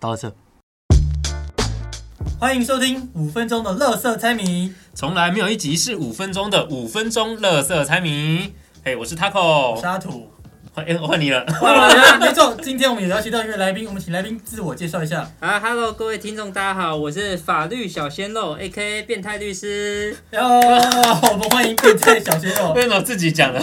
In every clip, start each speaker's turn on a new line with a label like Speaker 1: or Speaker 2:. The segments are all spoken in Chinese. Speaker 1: 到这，
Speaker 2: 欢迎收听五分钟的乐色猜谜，
Speaker 3: 从来没有一集是五分钟的五分钟乐色猜谜。嘿、我是 Taco，
Speaker 2: 沙土。
Speaker 3: 换诶换 你了。
Speaker 2: 哇没错，今天我们也邀请到一位来宾，我们请来宾自我介绍一下。
Speaker 4: 啊，Hello，各位听众，大家好，我是法律小鲜肉，A.K.A. 变态律师。
Speaker 2: 然后我们欢迎变态小鲜肉。
Speaker 3: 为什么自己讲了？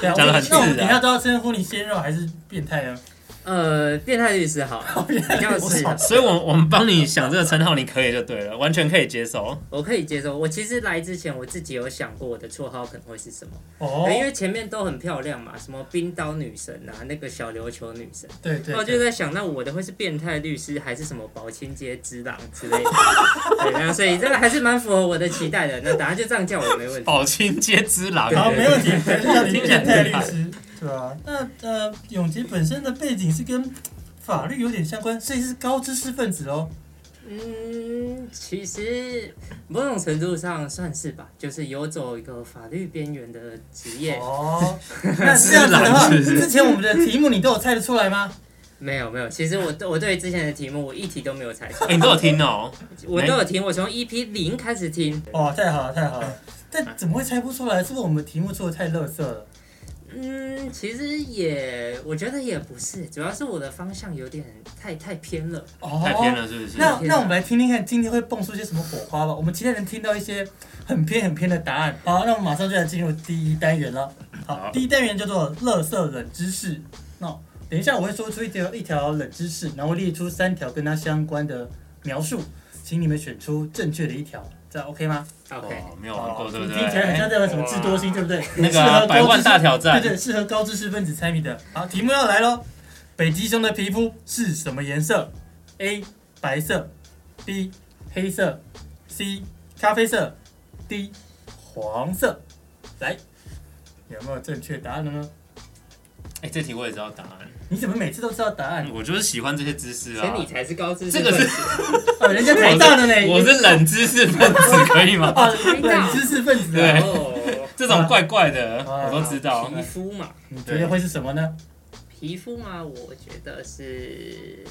Speaker 2: 对啊，
Speaker 3: 讲得很自
Speaker 2: 那
Speaker 3: 然
Speaker 2: 我们等一下都要称呼你鲜肉还是变态啊呢？
Speaker 4: 呃，变态律师好，
Speaker 2: 变态
Speaker 4: 比较
Speaker 2: 我
Speaker 4: 是
Speaker 2: 操，
Speaker 3: 所以我我们帮你想这个称号，你可以就对了，完全可以接 受。
Speaker 4: 我可以接受。我其实来之前，我自己有想过我的绰号可能会是什么，
Speaker 2: 哦
Speaker 4: 哎对，因为前面都很漂亮嘛，什么冰岛女神啊，那个小琉球女神，
Speaker 2: 对对
Speaker 4: 那我啊就
Speaker 2: 对，
Speaker 4: 在想，那我的会是变态律师，还是什么宝清街之狼之类的？ 对，那所以这个还是蛮符合我的期待的。那等下就这样叫我没问题。
Speaker 3: 宝清皆知狼，
Speaker 2: 好，没问题，还是要你
Speaker 3: 听起来
Speaker 2: 变态律 师，对吧？那呃，永杰本身的背景是跟法律有点相关，所以是高知识分子哦。
Speaker 4: 嗯，其实某种程度上算是吧，就是游走一个法律边缘的职业。
Speaker 2: 哦，那这样子的话，
Speaker 3: 自 然是
Speaker 2: 之前我们的题目你都有猜得出来吗？
Speaker 4: 没有没有，其实我对我对之前的题目我一题都没有猜出
Speaker 3: 哎、，你都有听哦、
Speaker 4: 我都有听，我从 EP 零开始听。
Speaker 2: 哦，太好了，太好了！但怎么会猜不出来？是不是我们题目做的太乐色了？
Speaker 4: 嗯，其实也我觉得也不是，主要是我的方向有点太太偏了。
Speaker 2: 哦
Speaker 3: 太偏。了是不是？
Speaker 2: 那
Speaker 4: 偏
Speaker 2: 那
Speaker 4: 了
Speaker 2: 我们来听听看，今天会蹦出些什么火花吧？我们期待能听到一些很偏很偏的答案。好，那我们马上就来进入第一单元了。好，
Speaker 3: 好
Speaker 2: 第一单元叫做“乐色冷知识”。那等一下我会说出一条一条冷知识，然后列出三条跟它相关的描述，请你们选出正确的一条，这样 OK 吗？
Speaker 4: OK，
Speaker 3: 哦，没有玩过，对不对？
Speaker 2: 听起来很像在玩什么智多星，对不对？
Speaker 3: 那个
Speaker 2: 适合
Speaker 3: 啊
Speaker 2: 高
Speaker 3: 百万
Speaker 2: 知识
Speaker 3: 大挑战
Speaker 2: 对对，适合高知识分子猜谜的。好，题目要来喽。北极熊的皮肤是什么颜色？A. 白色，B. 黑色，C. 咖啡色，D. 黄色。来，有没有正确答案了呢？
Speaker 3: 哎、这题我也知道答案，
Speaker 2: 你怎么每次都知道答 案？
Speaker 3: 我就是喜欢这些知识
Speaker 4: 所
Speaker 3: 啊
Speaker 4: 以。你才是高知识
Speaker 3: 这
Speaker 4: 分
Speaker 3: 个
Speaker 4: 子。
Speaker 3: 是
Speaker 2: 哦，人家台大的呢，
Speaker 3: 我是冷知识分子，可以 吗？
Speaker 2: 啊，冷知识分子
Speaker 3: 对
Speaker 2: 啊。
Speaker 4: 哦，
Speaker 3: 这种怪怪的
Speaker 2: 啊
Speaker 3: 我都知道。哎
Speaker 4: 皮肤嘛，
Speaker 2: 你觉得会是什么呢？
Speaker 4: 皮肤嘛，我觉得是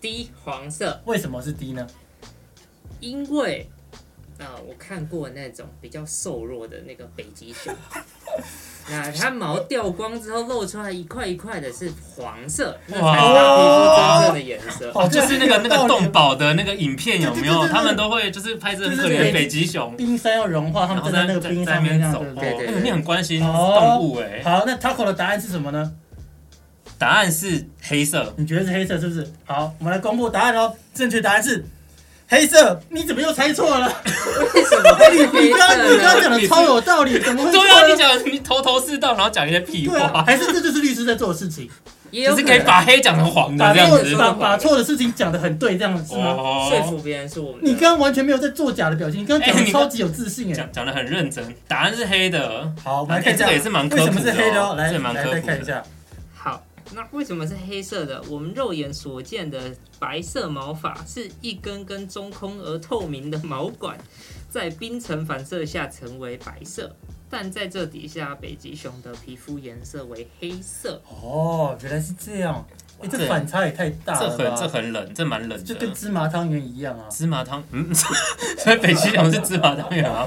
Speaker 4: 低黄色。
Speaker 2: 为什么是 D 呢？
Speaker 4: 因为啊、我看过那种比较瘦弱的那个北极熊， 那它毛掉光之后露出来一块一块的是黄色，那才是它皮肤真正的颜色。
Speaker 3: 哦，就是那个那个
Speaker 2: 洞
Speaker 3: 动保的那个影片有没有
Speaker 2: 对对对对？对
Speaker 3: 他们都会就是拍这很可怜的北极熊，
Speaker 2: 冰山要融化，他们
Speaker 3: 然后
Speaker 2: 站在
Speaker 3: 在
Speaker 2: 那个冰
Speaker 3: 在那
Speaker 2: 上面
Speaker 3: 边
Speaker 2: 那样，
Speaker 3: 走
Speaker 2: 对不
Speaker 3: 过。
Speaker 2: 对？
Speaker 4: 对
Speaker 3: 哎
Speaker 4: 对
Speaker 3: 你很关心
Speaker 2: 哦
Speaker 3: 动物哎。
Speaker 2: 好，那 Taco 的答案是什么呢？
Speaker 3: 答案是黑色，
Speaker 2: 你觉得是黑色是不是？好，我们来公布答案哦。正确答案是黑色。你怎么又猜错 了？
Speaker 4: 为什么会是
Speaker 2: 你
Speaker 4: 黑
Speaker 2: 刚刚你刚刚
Speaker 4: 色呢？
Speaker 2: 讲的超有道理，怎么会错
Speaker 3: 对啊，你
Speaker 2: 呢？
Speaker 3: 讲你头头是道，然后讲一些屁
Speaker 2: 对啊，
Speaker 3: 话，
Speaker 2: 还是这就是律师在做的事情，
Speaker 4: 也
Speaker 3: 只
Speaker 4: 有
Speaker 3: 是可以把黑讲成黄的
Speaker 2: 把
Speaker 3: 这样
Speaker 2: 错
Speaker 3: 子。
Speaker 2: 把把错的事情讲得很对，这样是吗？
Speaker 3: 哦
Speaker 4: 说服别人是我们的。
Speaker 2: 你刚刚完全没有在作假的表情，你刚刚讲
Speaker 3: 哎
Speaker 2: 的
Speaker 3: 你
Speaker 2: 超级有自信哎。
Speaker 3: 讲讲的很认真，答案是黑的。
Speaker 2: 好，我们来看一
Speaker 3: 哎这
Speaker 2: 下
Speaker 3: 个也是蛮科
Speaker 2: 为
Speaker 3: 普
Speaker 2: 什
Speaker 3: 的哦
Speaker 2: 么是黑的哦，来
Speaker 3: 这也蛮
Speaker 2: 来
Speaker 3: 科
Speaker 2: 再
Speaker 3: 普的
Speaker 2: 看一下。
Speaker 4: 好，那为什么是黑色的？我们肉眼所见的白色毛发是一根根中空而透明的毛管，在冰层反射下成为白色。但在这底下，北极熊的皮肤颜色为黑色。
Speaker 2: 哦，原来是这样，哎，这
Speaker 3: 对
Speaker 2: 反差也太大
Speaker 3: 这
Speaker 2: 了
Speaker 3: 很这
Speaker 2: 吧？
Speaker 3: 很冷，这蛮冷
Speaker 2: 就跟
Speaker 3: 的。
Speaker 2: 芝麻汤圆一样啊。
Speaker 3: 芝麻汤，嗯， 所以北极熊是芝麻汤圆啊。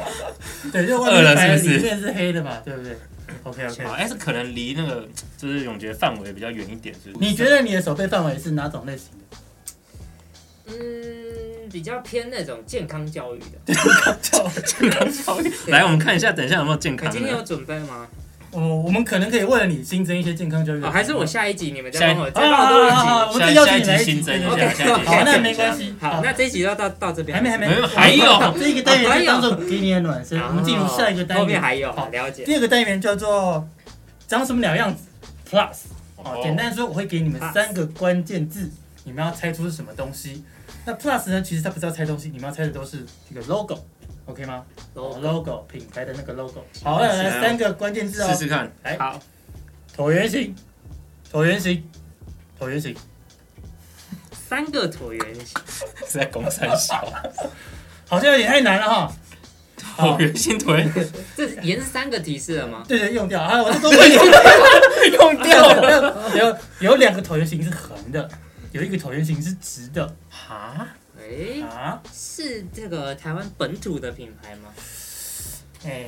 Speaker 2: 对，就外
Speaker 3: 饿
Speaker 2: 面
Speaker 3: 了
Speaker 2: 白的，
Speaker 3: 是不是
Speaker 2: 里面是黑的嘛，对不 对？OK OK
Speaker 3: 好。哎，这可能离那个就是永杰范围比较远一点，是不是？
Speaker 2: 你觉得你的手背范围是哪种类型的？
Speaker 4: 嗯，比较偏那种健康教育的。
Speaker 3: 来，我们看一下，等一下有没有健
Speaker 4: 你
Speaker 3: 康
Speaker 4: 今天有
Speaker 3: 的？
Speaker 4: 准备吗？
Speaker 2: 哦，我们可能可以为了你新增一些健康教育的
Speaker 4: 哦，
Speaker 2: 题目。
Speaker 4: 还是我下一集你们
Speaker 3: 下
Speaker 4: 再
Speaker 3: 一
Speaker 4: 帮我
Speaker 2: 好？
Speaker 4: 再
Speaker 2: 好
Speaker 4: 帮
Speaker 2: 好
Speaker 4: 我
Speaker 2: 好
Speaker 4: 多一
Speaker 2: 好好，
Speaker 4: 集。
Speaker 2: 我们再邀请
Speaker 3: 下一
Speaker 2: 你来
Speaker 3: 集新增一下，下
Speaker 2: OK，
Speaker 3: 一集
Speaker 2: 好，那
Speaker 3: 新增
Speaker 2: 没
Speaker 3: 一下
Speaker 2: 关系。
Speaker 4: 好，那这一集就到到这边。
Speaker 2: 还没还没
Speaker 3: 没有还有
Speaker 2: 这一个单元就当做给你的暖身。
Speaker 4: 哦
Speaker 2: 我们进入下一个单
Speaker 4: 后面
Speaker 2: 元，
Speaker 4: 还有，
Speaker 2: 好
Speaker 4: 了解。
Speaker 2: 第二个单元叫做长什么鸟样子 Plus。哦，简单说，我会给你们
Speaker 4: Plus
Speaker 2: 三个关键字，你们要猜出是什么东西。那 Plus 呢，其实它不是要猜东西，你们要猜的都是这个 logo，OK 吗
Speaker 4: Logo
Speaker 2: 哦？logo 品牌的那个 logo。好，那来
Speaker 3: 是啊
Speaker 2: 三个关键字哦
Speaker 3: 试。试看。
Speaker 2: 来，
Speaker 4: 好，
Speaker 2: 椭圆形，椭圆形，椭圆形。
Speaker 4: 三个椭圆形。
Speaker 3: 是在攻三小，
Speaker 2: 好像有点太难了哈。
Speaker 3: 椭圆形椭圆
Speaker 4: 这是也是三个提示了吗？
Speaker 2: 对对，用掉 啊！我这都会用
Speaker 3: 用掉了。
Speaker 2: 有有两个椭圆形是横的，有一个椭圆形是直的
Speaker 3: 哈，
Speaker 4: 诶、
Speaker 2: 啊，
Speaker 4: 是这个台湾本土的品牌吗？
Speaker 2: 哎、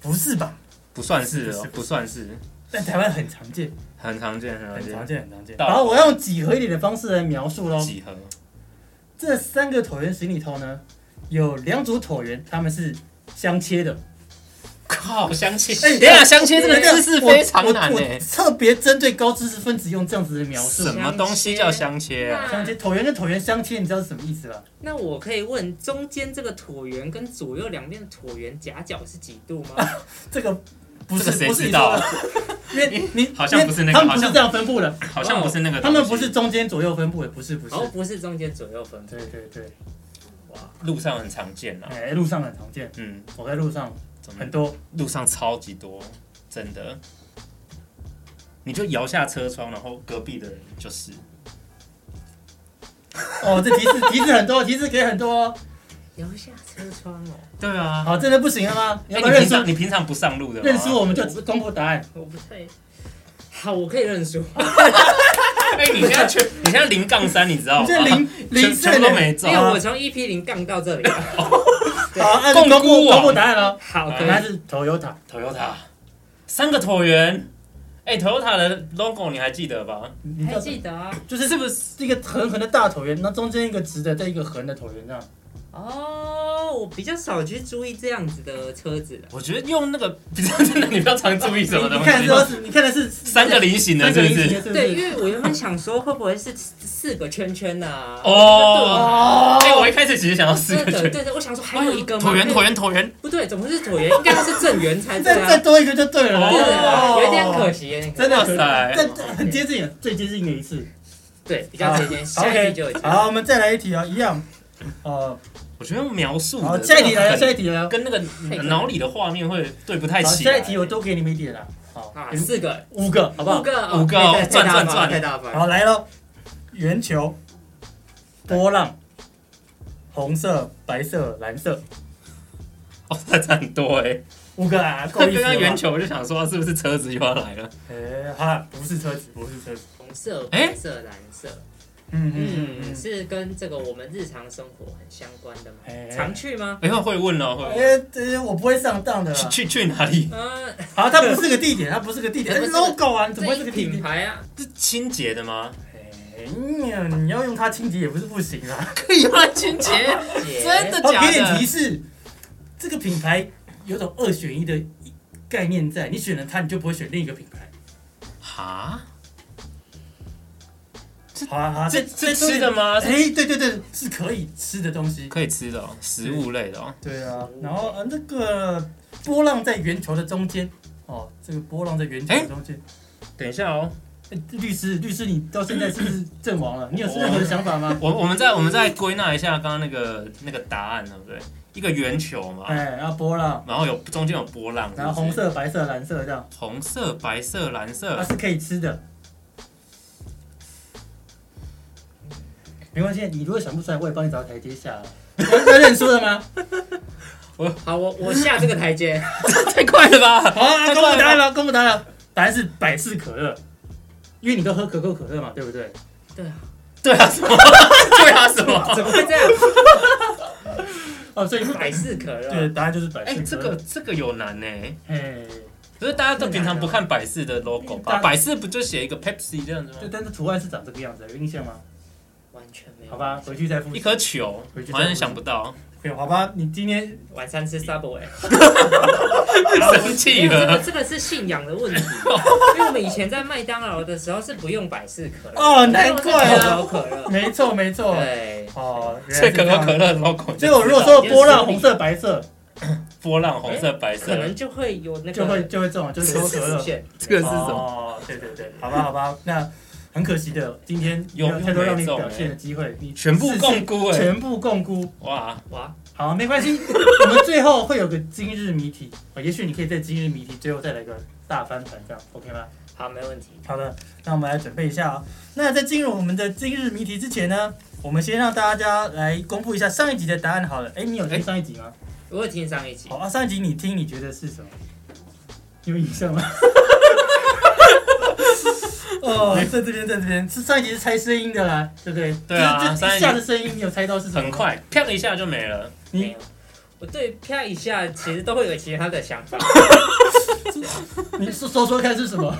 Speaker 2: 不是吧？
Speaker 3: 不算是
Speaker 2: 不
Speaker 3: 哦
Speaker 2: 是，
Speaker 3: 不算是，
Speaker 2: 但台湾很常见，
Speaker 3: 很常见，很
Speaker 2: 很常
Speaker 3: 常
Speaker 2: 见，很常见。
Speaker 3: 到
Speaker 2: 好，我要用几何一点的方式来描述喽
Speaker 3: 见。。几何？
Speaker 2: 这三个椭圆形里头呢，有两组椭圆，它们是相切的。
Speaker 3: 靠，相切！
Speaker 2: 哎
Speaker 3: 哎，等一下，相切这个字是非常难
Speaker 2: 我我
Speaker 3: 诶。
Speaker 2: 特别针对高知识分子用这样子的描述
Speaker 3: 什。么东西叫相切啊？
Speaker 2: 相切椭圆跟椭圆相切，你知道是什么意思吧？
Speaker 4: 那我可以问，中间这个椭圆跟左右两边的椭圆夹角是几度吗？
Speaker 2: 这个不
Speaker 3: 这
Speaker 2: 是
Speaker 3: 个谁
Speaker 2: 不是你
Speaker 3: 知
Speaker 2: 说
Speaker 3: 道啊
Speaker 2: 的， 因为你
Speaker 3: 好像不是那个
Speaker 2: 因为他们不
Speaker 3: 好
Speaker 2: 是
Speaker 3: 像
Speaker 2: 这样分布的，
Speaker 3: 好像不是那个东
Speaker 2: 啊他
Speaker 3: 西，
Speaker 2: 们不是中间左右分布的，不是不是。
Speaker 4: 哦，不是中间左右分布。
Speaker 2: 对对对，
Speaker 3: 路上很常见啊。
Speaker 2: 哎，路上很常见，
Speaker 3: 嗯，
Speaker 2: 走在路上
Speaker 3: 怎么
Speaker 2: 很多。
Speaker 3: 路上超级多，真的。你就摇下车窗，然后隔壁的人就是
Speaker 2: 哦，这提示提示很多，提示给很多哦。
Speaker 4: 摇下车窗哦，
Speaker 3: 对啊。
Speaker 2: 好，真的不行了吗？
Speaker 3: 哎，
Speaker 2: 要
Speaker 3: 你
Speaker 2: 不要认
Speaker 3: 平
Speaker 2: 输
Speaker 3: 常？你平常不上路的吗？
Speaker 2: 认输我们就公布答案。
Speaker 4: 我不太好，我可以认输。
Speaker 3: 哎，你现在 全，你现在零杠三，你知道吗？
Speaker 2: 你这零零
Speaker 3: 全
Speaker 2: 四
Speaker 3: 哦全部都没中
Speaker 4: 因。为我从 EP 零杠到这里了。
Speaker 2: 好，按
Speaker 3: 共
Speaker 2: 公
Speaker 3: 估
Speaker 2: 布
Speaker 3: 啊哎
Speaker 2: 公布答案了。
Speaker 4: 好，可
Speaker 2: 答案
Speaker 4: 以。
Speaker 2: 是 Toyota。
Speaker 3: Toyota 三个椭圆，哎，Toyota 的 logo 你还记得吧？
Speaker 2: 你知
Speaker 4: 还
Speaker 2: 道
Speaker 4: 记得啊？
Speaker 2: 就是
Speaker 3: 是不是？
Speaker 2: 一个横横的大椭圆，那中间一个直的，再一个横的椭圆这样。
Speaker 4: 哦，我比较少去注意这样子的车子了。
Speaker 3: 我觉得用那个 比较真的，你不要常注意什么
Speaker 2: 你
Speaker 3: 东
Speaker 2: 你看的
Speaker 3: 西。
Speaker 2: 是，你看的是
Speaker 3: 三个菱形的，
Speaker 2: 三
Speaker 3: 是
Speaker 2: 个
Speaker 3: 不
Speaker 2: 零
Speaker 3: 是？
Speaker 2: 是不
Speaker 4: 对，因
Speaker 2: 是？
Speaker 4: 为我原本想说会不会是四四个圈圈呐、啊？
Speaker 3: 哦，
Speaker 2: 哦
Speaker 3: 哎，我一开始其实想要四
Speaker 4: 对
Speaker 3: 个
Speaker 4: 对
Speaker 3: 圈。
Speaker 4: 对对，我想说还有一个吗
Speaker 3: 哦椭圆，椭圆，椭圆。
Speaker 4: 不对，怎么会是椭圆？应该要是正圆才
Speaker 2: 再
Speaker 4: 对
Speaker 2: 再
Speaker 4: 啊。
Speaker 2: 多一个就对了啦。
Speaker 3: 哦
Speaker 4: 对啊有点可
Speaker 2: 惜，
Speaker 4: 惜耶，那个
Speaker 2: 真的可惜
Speaker 3: 哇塞
Speaker 2: 这这很接近，最接近的一次。
Speaker 4: 对，比较接近。下一题就已经。
Speaker 2: 好，我们再来一题啊，一样。呃，
Speaker 3: 我觉得描述
Speaker 2: 好，
Speaker 3: 的
Speaker 2: 下一题来了，
Speaker 3: 很
Speaker 2: 下一题来了。
Speaker 3: 跟那个脑里的画面会对不太
Speaker 2: 好，
Speaker 3: 起
Speaker 2: 下
Speaker 3: 来。
Speaker 2: 一题我多给你们一点啦。好
Speaker 4: 啊，，
Speaker 2: 给你们
Speaker 4: 四个，
Speaker 2: 五个，好不
Speaker 4: 五
Speaker 2: 好？
Speaker 4: 个，
Speaker 3: 五个哦
Speaker 4: 哦
Speaker 3: 转
Speaker 4: 太太大
Speaker 3: 转
Speaker 4: 方
Speaker 3: 转
Speaker 4: 太大方了。
Speaker 2: 好，来了，圆球、波浪、红色、白色、蓝色，
Speaker 3: 哦，那这很多哎。
Speaker 2: 五个啊，够
Speaker 3: 刚
Speaker 2: 意思了吧
Speaker 3: 刚圆。球我就想说，是不是车子又要来了？
Speaker 2: 哎，好了，不是车子，不是车子。
Speaker 4: 红色、
Speaker 3: 哎
Speaker 4: 白色、蓝色，
Speaker 2: 嗯嗯
Speaker 4: 嗯，
Speaker 2: 嗯
Speaker 4: 是跟这个我们日常生活很相关的吗？
Speaker 2: 嗯。
Speaker 4: 常去吗？
Speaker 3: 哎，会问哦，会
Speaker 2: 哎，
Speaker 3: 问。
Speaker 2: 哎这我不会上当的啦。
Speaker 3: 去去去哪里？
Speaker 4: 嗯，
Speaker 2: 好，它不是个地点，它不是个地点，
Speaker 4: 怎
Speaker 2: 它
Speaker 4: 么
Speaker 2: 是
Speaker 4: 是个
Speaker 2: logo 啊，你怎么
Speaker 4: 这
Speaker 2: 会是
Speaker 4: 一
Speaker 2: 个地
Speaker 4: 品
Speaker 2: 点？
Speaker 4: 牌啊，
Speaker 3: 是清洁的吗？
Speaker 2: 哎呀，你要用它清洁也不是不行 啊。
Speaker 3: 可以吗？清洁？
Speaker 4: 姐
Speaker 3: 真的
Speaker 2: 好，
Speaker 3: 假
Speaker 2: 给点
Speaker 3: 的
Speaker 2: 提示，这个品牌有种二选一的概念在，你选了它，你就不会选另一个品牌。
Speaker 3: 哈？
Speaker 2: 好啊，好啊，
Speaker 3: 这
Speaker 2: 这
Speaker 3: 这吃的吗？
Speaker 2: 哎、对对对，是可以吃的东西。
Speaker 3: 可以吃的哦，食物类的哦。
Speaker 2: 对啊，然后呃，那个波浪在圆球的中间，哦，这个波浪在圆球的中间。
Speaker 3: 等一下哦，
Speaker 2: 哎律师，律师，你到现在是不是阵亡 了？你有任何的想法吗？
Speaker 3: 我我们再我们再归纳一下刚刚那个那个答案，对不对？一个圆球嘛，
Speaker 2: 哎，然后波浪，
Speaker 3: 然后有中间有波浪，是不是
Speaker 2: 然后红、色、白色、蓝色这样，
Speaker 3: 红色、白色、蓝色，
Speaker 2: 它是可以吃的。没关系，你如果想不出来，我也帮你找台阶下 了。要认输了吗？
Speaker 4: 好，我我下这个台阶。
Speaker 3: 太快了吧！
Speaker 2: 好啊，
Speaker 3: 太
Speaker 2: 公布
Speaker 3: 快
Speaker 2: 答
Speaker 3: 了
Speaker 2: 案
Speaker 3: 吧。
Speaker 2: 了，公布答案了。答案是百事可乐，因为你都喝可口可乐嘛，对不 对？
Speaker 4: 对啊，
Speaker 3: 对啊，什么？ 对啊，什么？
Speaker 4: 怎么会这 样？
Speaker 2: 哦，所以
Speaker 4: 百事可
Speaker 2: 对，
Speaker 4: 乐。
Speaker 2: 答案就是百
Speaker 3: 哎、
Speaker 2: 事可乐。
Speaker 3: 这个这个有难呢、欸
Speaker 2: 哎，
Speaker 3: 可是大家都平常不看百事的 logo 吧？
Speaker 2: 大
Speaker 3: 百事不就写一个 Pepsi 这样子
Speaker 2: 对，
Speaker 3: 吗？
Speaker 2: 但是图案是长这个样子，有印象吗？
Speaker 4: 完全没有。
Speaker 2: 好吧，，回去再复
Speaker 3: 一
Speaker 2: 习。
Speaker 3: 颗球
Speaker 2: 回去，再
Speaker 3: 好像想不到，
Speaker 2: 好吧，你今天
Speaker 4: 晚餐吃 Subway。
Speaker 3: 生气
Speaker 4: 这个
Speaker 3: 了。
Speaker 4: 这个是信仰 的问题，因为我们以前在麦当劳的时候是不用百事可乐，
Speaker 2: 哦难怪
Speaker 4: 可
Speaker 2: 啊
Speaker 4: 口可乐。
Speaker 2: 没错没错，
Speaker 4: 对，
Speaker 2: 哦，原来
Speaker 3: 这
Speaker 2: 是这
Speaker 3: 可口可
Speaker 2: 样。
Speaker 3: 乐的 logo，
Speaker 2: 所以我如果说波浪红色白色，
Speaker 3: 波浪红色、白色
Speaker 4: 可，能就会有那个
Speaker 2: 就会就会中了，就是可口可乐。
Speaker 4: 出现
Speaker 3: 这个是什么？
Speaker 2: 哦，对对对，好吧好吧，那很可惜的，今天没
Speaker 3: 有
Speaker 2: 有太多让你
Speaker 3: 没中
Speaker 2: 表现的机会，你
Speaker 3: 全部
Speaker 2: 是
Speaker 3: 共估哎、
Speaker 2: 全部共估。
Speaker 3: 哇！
Speaker 4: 哇，
Speaker 2: 好，没关系，我们最后会有个今日谜题，哦也许你可以在今日谜题最后再来个大翻盘，这样 OK 吗？
Speaker 4: 好，没问题。
Speaker 2: 好的，那我们来准备一下啊、那在进入我们的今日谜题之前呢，我们先让大家来公布一下上一集的答案好了。哎，你有听上一集吗？
Speaker 4: 我有听上一集
Speaker 2: 好、，啊，上一集你听你觉得是什么？有印象吗？ 哦，在这边，在这边，是上一集是猜声音的啦，对不对？
Speaker 3: 对啊
Speaker 2: 就
Speaker 3: 上一集
Speaker 2: 是这一下的声音，你有猜到是什么？
Speaker 3: 很，快，啪一下就没了。
Speaker 2: 你
Speaker 4: 没有，我对啪一下其实都会有其他的想法。
Speaker 2: 你说说说看是什么？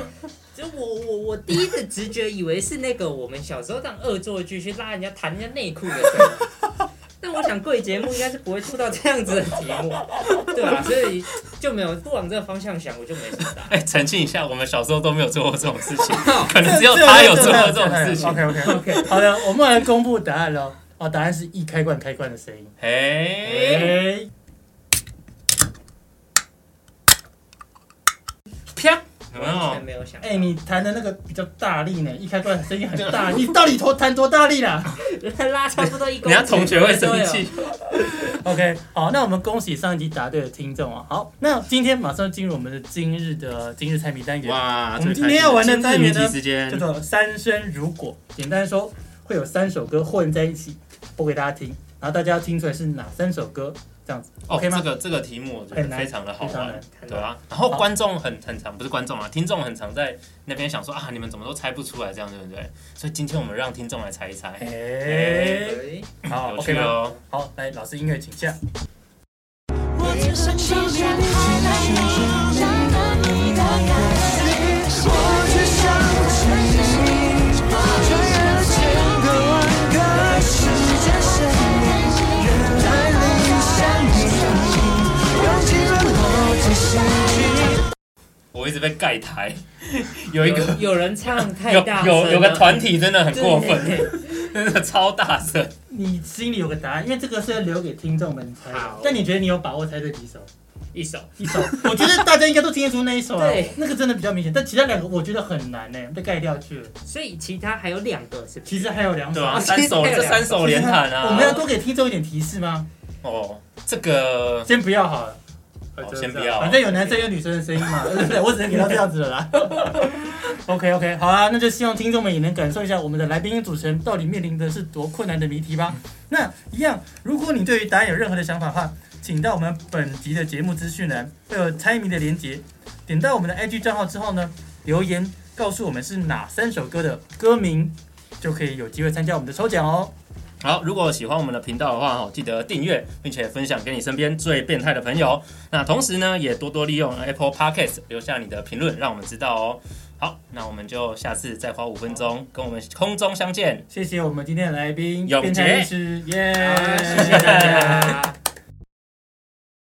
Speaker 4: 就我我我第一个直觉以为是那个我们小时候当恶作剧去拉人家弹人家内裤的声音。 但我想贵节目应该是不会出到这样子的题目，对吧、所以就没有不往这个方向想，我就没想到。
Speaker 3: 哎，澄清一下，我们小时候都没有做过这种事情，
Speaker 4: 好
Speaker 3: 可 能只有他有做过这种事 情。
Speaker 2: OK OK OK，好的，我们来公布答案喽。哦，答案是一开罐开罐的声音。
Speaker 3: 哎，
Speaker 2: 哎，
Speaker 3: 啪，哦有没
Speaker 4: 完全
Speaker 3: 有？
Speaker 4: 没有想到。
Speaker 2: 哎，你弹的那个比较大力呢，一开罐声音很
Speaker 3: 啊
Speaker 2: 大，你到底头弹多大力啦？
Speaker 4: 拉差不多一公
Speaker 3: 人
Speaker 4: 尺，
Speaker 3: 家同学会生气。
Speaker 2: OK，好，那我们恭喜上一集答对的听众啊。好，那今天马上进入我们的今日的今日猜谜单元，
Speaker 3: 哇！
Speaker 2: 我们今天要玩的单元呢
Speaker 3: 今日谜题时间
Speaker 2: 叫做三声如果。简单说，会有三首歌混在一起播给大家听，然后大家要听出来是哪三首歌，这样子。
Speaker 3: 哦，
Speaker 2: OK 吗
Speaker 3: 这个这个题目我觉得
Speaker 2: 很难
Speaker 3: 非常的好
Speaker 2: 非常
Speaker 3: 玩
Speaker 2: 难，
Speaker 3: 对啊。然后观众很很常不是观众啊，听众很常在那边想说啊，你们怎么都猜不出来这样，对不对？所以今天我们让听众来猜一猜，
Speaker 4: 啊
Speaker 2: 哎，好
Speaker 3: 有趣
Speaker 2: ，OK 吗？
Speaker 3: 哦。
Speaker 2: 好，来，老师音乐请下。
Speaker 1: 我只想记下爱的你，那个你的感觉。我只想着你，穿越千个万个时间线，在理想里，用尽了逻辑心机。
Speaker 3: 我一直被盖 台，有一个
Speaker 4: 有人唱太
Speaker 3: 有
Speaker 4: 大声了
Speaker 3: 有有个团体真的很过分，
Speaker 4: 对
Speaker 3: 真的超大声。
Speaker 2: 你心里有个答案，因为这个是要留给听众们猜的
Speaker 4: 好。
Speaker 2: 但你觉得你有把握猜对几首？
Speaker 4: 一首
Speaker 2: 一首，我觉得大家应该都听得出那一首啊
Speaker 4: 对，
Speaker 2: 那个真的比较明显。但其他两个我觉得很难呢、欸被盖掉去了。
Speaker 4: 所以其他还有两个是不是
Speaker 2: 其实还有两首
Speaker 3: 对啊，
Speaker 4: 哦
Speaker 3: 三手
Speaker 4: 其实
Speaker 3: 这三手连弹
Speaker 2: 我们要
Speaker 3: 啊！
Speaker 2: 多给听众一点提示吗？
Speaker 3: 哦，这个
Speaker 2: 先不要好了。
Speaker 3: 嗯
Speaker 2: 呃
Speaker 3: 好
Speaker 2: 就是
Speaker 3: 先不
Speaker 2: 这样
Speaker 3: 要
Speaker 2: 反正有男生有女生的声音嘛， 对不对？我只能给到这样子了啦。OK OK，好啊，那就希望听众们也能感受一下我们的来宾跟主持人到底面临的是多困难的谜题吧。那一样，如果你对于答案有任何的想法的话，请到我们本集的节目资讯栏会有猜谜的连结，点到我们的 IG 账号之后呢，留言告诉我们是哪三首歌的歌名，就可以有机会参加我们的抽奖哦。
Speaker 3: 好，如果喜欢我们的频道的话，哦，记得订阅，并且分享给你身边最变态的朋友。那同时呢，也多多利用 Apple Podcast 留下你的评论，让我们知道哦。好，那我们就下次再花五分钟跟我们空中相见。
Speaker 2: 谢谢我们今天的来宾，
Speaker 3: 永
Speaker 2: 变态
Speaker 3: 杰
Speaker 2: 律师，耶、
Speaker 4: 好谢谢大家。